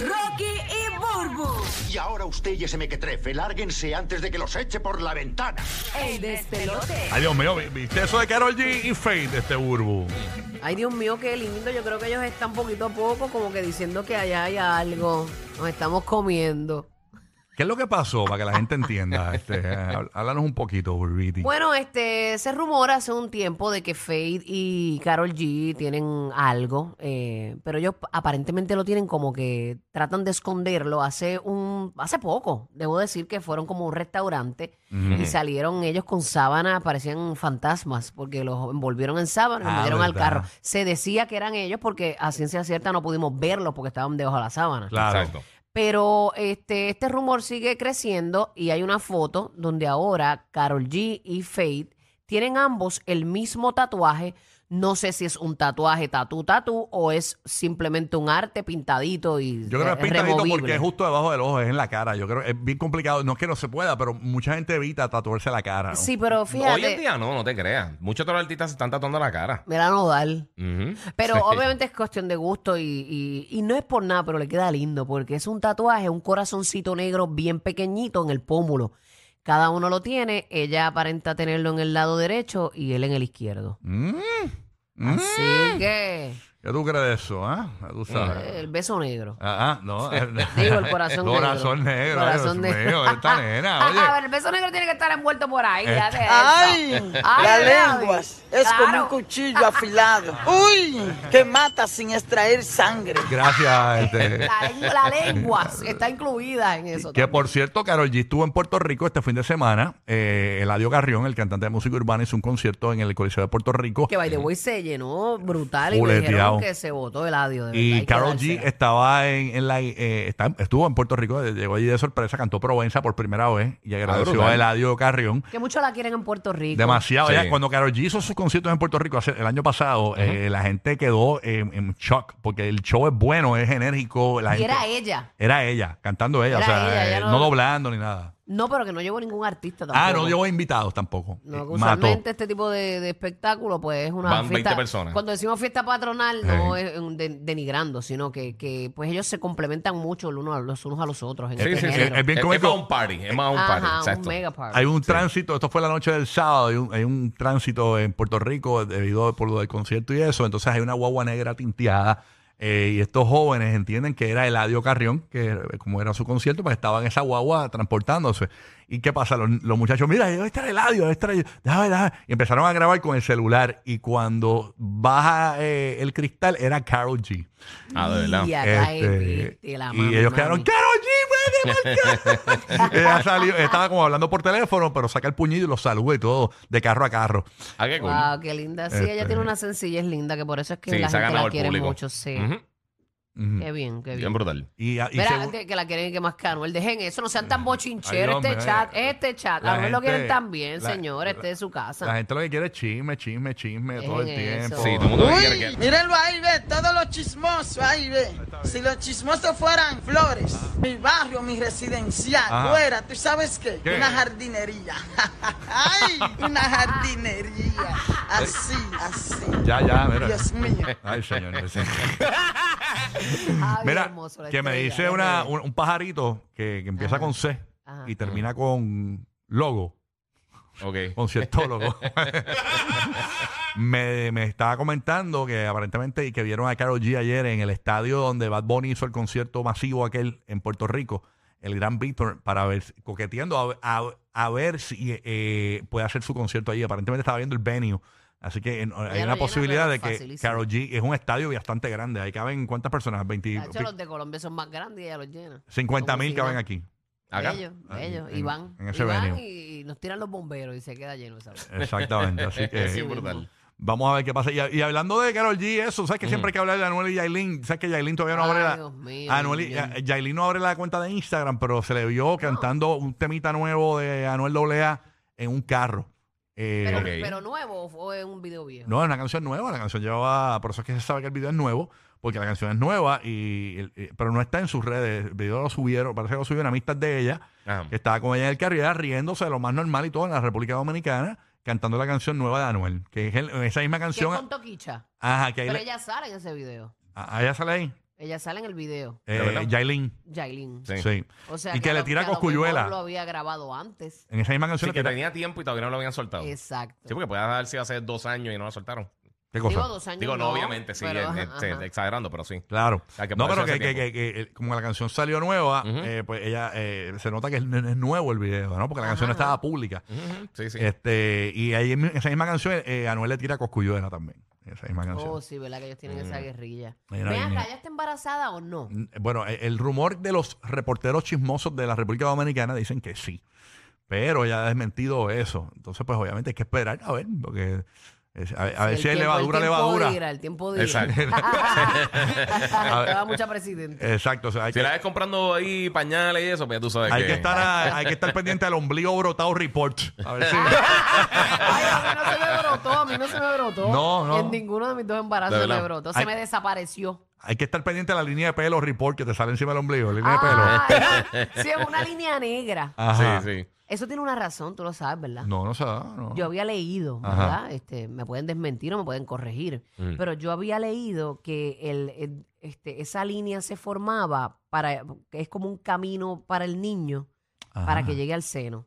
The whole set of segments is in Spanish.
Rocky y Burbu. Y ahora usted y ese mequetrefe, lárguense antes de que los eche por la ventana. El despelote. Ay, Dios mío, vi- ¿viste eso de Carol G y Faith, este Burbu? Ay, Dios mío, qué lindo. Yo creo que ellos están poquito a poco como que diciendo que allá hay algo. Nos estamos comiendo. ¿Qué es lo que pasó? Para que la gente entienda. Este, eh, hab- háblanos un poquito, Burbiti. Bueno, este, se rumora hace un tiempo de que Fade y Carol G tienen algo, eh, pero ellos aparentemente lo tienen como que tratan de esconderlo. Hace un, hace poco, debo decir que fueron como a un restaurante y salieron ellos con sábanas, parecían fantasmas porque los envolvieron en sábanas y los Ah, metieron al verdad. carro. Se decía que eran ellos porque a ciencia cierta no pudimos verlos porque estaban debajo de la sábana. claro. Exacto. Pero este, este rumor sigue creciendo y hay una foto donde ahora Carol G y Faith tienen ambos el mismo tatuaje. No sé si es un tatuaje tatú tatú o es simplemente un arte pintadito y Yo creo que eh, es pintadito porque removible. es justo debajo del ojo, es en la cara. Yo creo que es bien complicado. No es que no se pueda, pero mucha gente evita tatuarse la cara. ¿no? Sí, pero Hoy en fíjate, día no, no te creas. Muchos de los artistas se están tatuando la cara. me la nodal. Ujú. Pero Sí. obviamente es cuestión de gusto y, y- y no es por nada, pero le queda lindo porque es un tatuaje, un corazoncito negro bien pequeñito en el pómulo. Cada uno lo tiene, ella aparenta tenerlo en el lado derecho y él en el izquierdo. Mm, Así que ¿Qué tú crees de eso? ah? Ya tú sabes. el beso negro. Ah, ah, no. Eh. Digo, el corazón negro. Corazón negro. Corazón Dios negro. mío, esta nena, oye. Ah, a ver, el beso negro tiene que estar envuelto por ahí. Esta- fíjate eso. ¡Ay! Ay, las Gaby. lenguas es como Claro. un cuchillo afilado. ¡Uy! Que mata sin extraer sangre. Gracias. Este. La, lengua- la lengua está incluida en eso. Que también. por cierto, Carol G estuvo en Puerto Rico este fin de semana. Eh, Eladio Carrión, el cantante de música urbana, hizo un concierto en el Coliseo de Puerto Rico. Que by the way se llenó brutal y me Fuleteado. dijeron que se votó el adio. De verdad, hay Y que Carol G dársela. estaba en, en la eh, está- estuvo en Puerto Rico, llegó allí de sorpresa, cantó Provenza por primera vez y agradeció brutal. a Eladio Carrión. Que muchos la quieren en Puerto Ah, Rico. Demasiado. Sí. Oye, Cuando Karol G hizo sus conciertos en Puerto Rico hace- el año pasado, eh, la gente quedó eh, en shock porque el show es bueno, es enérgico. La Y gente- era ella. Era ella, cantando ella, Era o sea, ella, ella eh, no- no... doblando ni nada. No, pero que no llevó ningún artista tampoco. Ah, no llevó invitados tampoco. No, Eh, que mató. usualmente este tipo de, de espectáculo, pues es una Van fiesta. 20 personas. Cuando decimos fiesta patronal, no es un de- denigrando, sino que, que pues ellos se complementan mucho el uno a los unos a los otros. En Sí, este sí, sí. género. Es bien es, es cómico. más un party. Es más un party. Ajá, exacto. un mega party. Hay un tránsito, esto fue la noche del sábado, hay un, hay un tránsito en Puerto Rico debido por lo del concierto y eso, entonces hay una guagua negra tinteada eh, y estos jóvenes entienden que era Eladio Carrión, que eh, como era su concierto, pues estaba en esa guagua transportándose. ¿Y qué pasa? Los, los muchachos, mira, debe estar Eladio, debe estar Eladio, déjame, déjame. Y empezaron a grabar con el celular y cuando baja eh, el cristal era Carol G. Ah, de verdad. Y acá Este, es, viste, la y mami, ellos mami. quedaron, ¡Carol G, vuelve, vuelve". Ella salió, estaba como hablando por teléfono, pero saca el puñito y los saluda y todo, de carro a carro. Ah, qué cool. Wow, qué linda. Sí, ella tiene una sencillez linda, que por eso es que Sí, la se ha gente ganado la el quiere público. mucho. Sí. Ujú. Ujú. Qué bien, qué Bien bien. brutal. Y, y Mira, según- Ah, que, que la quieren que más caro. El dejen eso, no sean tan bochincheros Ay, Dios este mío. chat, este chat. A La ver lo quieren gente- tan bien, la- señores, la- este es su casa. la gente lo que quiere es chisme, chisme, chisme todo el Dejen eso. tiempo. Sí, todo el mundo quiere ¡Uy! que- Mírenlo ahí, ve. Todos los chismosos ahí, ve. Si los chismosos fueran flores, mi barrio, mi residencial, Ajá. fuera, ¿tú sabes qué? ¿Qué? Una jardinería. ¡Ay! Una jardinería. Así, así. Ya, ya, mira. Dios mío. Ay, señor. Dios mío. Ah, bien Mira, hermoso, la que me estrella, dice bien una, bello. un, un pajarito que, que empieza Ajá. con C Ajá. y termina con logo. Ok. conciertólogo, me, me estaba comentando que aparentemente y que vieron a Karol G ayer en el estadio donde Bad Bunny hizo el concierto masivo aquel en Puerto Rico, el Gran Víctor, para ver, si- coqueteando a, a- a ver si eh, puede hacer su concierto allí. Aparentemente estaba viendo el venue. Así que en- hay lo una llena, posibilidad pero de que facilísimo. Karol G es un estadio bastante grande. Ahí caben cuántas personas, 20, Tacho, los de Colombia son más grandes y ella los llena. 50 mil Como si caben no. aquí. Acá. Ellos, Ah, ellos. en- y van. en ese y van venue. y, y nos tiran los bomberos y se queda lleno esa vez. Exactamente. Así que Sí, Así brutal. mismo. Vamos a ver qué pasa. Y, y hablando de Carol G, eso, ¿sabes que siempre hay que hablar de Anuel y Yailin? ¿Sabes que Yailin todavía no abre Mm. Ay, la. Dios mío, Anuel eh, y- Yailin. Ya- Yailin no abre la cuenta de Instagram, pero se le vio cantando un temita nuevo de Anuel AA en un carro. Eh, Pero, Ok. pero nuevo o es un video viejo. No, es una canción nueva. La canción lleva. Por eso es que se sabe que el video es nuevo, porque la canción es nueva, y, y- pero no está en sus redes. El video lo subieron, parece que lo subieron amistad de ella Ajá. que estaba con ella en el carro y era riéndose de lo más normal y todo en la República Dominicana, cantando la canción nueva de Anuel, que es el- esa misma que es canción. con Toquicha. Ajá, que ahí Pero le- ella sale en ese video. ah, ah, ella sale ahí. Ella sale en el video, ¿De verdad? Eh, Yailin. Yailin. Sí. Sí. O sea y que, le lo- tira a lo mejor lo coscuyuela. había grabado antes. En esa misma canción le Sí, que tira- tenía tiempo y todavía no lo habían soltado. Exacto. Sí, porque puede haber sido hace dos años y no lo soltaron. ¿Qué cosa? Digo dos años. Digo, no, obviamente, sí, pero, eh, ajá, eh, este, sí, ajá. exagerando, pero sí. Claro. sea, que no, puede pero ser que, hace que- que- que- como la canción salió nueva, Ujú. eh, pues ella eh, se nota que es, es nuevo el video, ¿no? Porque la canción no estaba pública. Ujú, Sí, sí. Este, y ahí en esa misma canción, eh, Anuel le tira coscuyuela también. Esa misma canción. Oh, sí, ¿verdad? Que ellos tienen esa guerrilla. Mm. Mira, Vean, mira. acá, ¿ella está embarazada o no? Mm, Bueno, eh, el rumor de los reporteros chismosos de la República Dominicana dicen que sí, pero ella ha desmentido eso. Entonces, pues obviamente hay que esperar a ver, porque eh, a, a ver El si es tiempo- levadura, levadura. El tiempo dirá, el tiempo dirá. Exacto. Te da mucha presidente. Exacto, o sea, hay Si que, la ves comprando ahí pañales y eso, pues ya tú sabes hay que estar, a- hay que estar pendiente al ombligo brotado report. A ver si. Ay, a mí no se me brotó, a mí no se me brotó. No, no. En ninguno de mis dos De embarazos se verdad. me brotó, se Ay. me desapareció. Hay que estar pendiente a la línea de pelo report que te sale encima del ombligo, la línea de pelo. Ah, sí, es una línea negra. Ajá. Sí, sí. Eso tiene una razón, tú lo sabes, ¿verdad? No, no se da. no. Yo había leído, Ajá. Mm. ¿verdad? Este, me pueden desmentir o me pueden corregir, Mm. pero yo había leído que el, el- este, esa línea se formaba para, que es como un camino para el niño Ajá. para que llegue al seno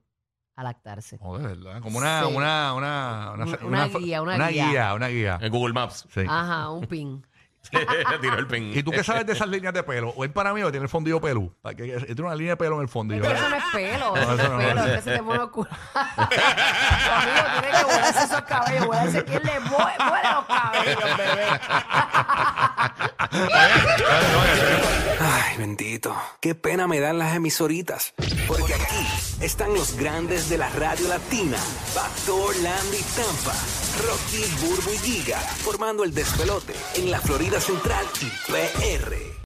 a lactarse. Joder, ¿verdad? Como una, Sí. una, una, Una- una guía, una guía. Eh, ah. una guía. En Google Maps. Sí. Ajá, un pin. Tiró el pin. ¿Y tú qué sabes de esas líneas de pelo? O él para mí o tiene el fondillo pelú. Pa- que- que- Tiene una línea de pelo en el fondillo. Pero eso no es pelo, No, eso no eso es no, pelo, eso- es que se te mueve el culo. Amigo, tiene que volarse esos cabellos, volarse quién le mueve mueve los cabellos, bebé. Ay, bendito. Qué pena me dan las emisoritas. Porque aquí están los grandes de la radio latina. Factor Land y Tampa. Rocky, Burbu y Giga. Formando el despelote en la Florida Central y PR.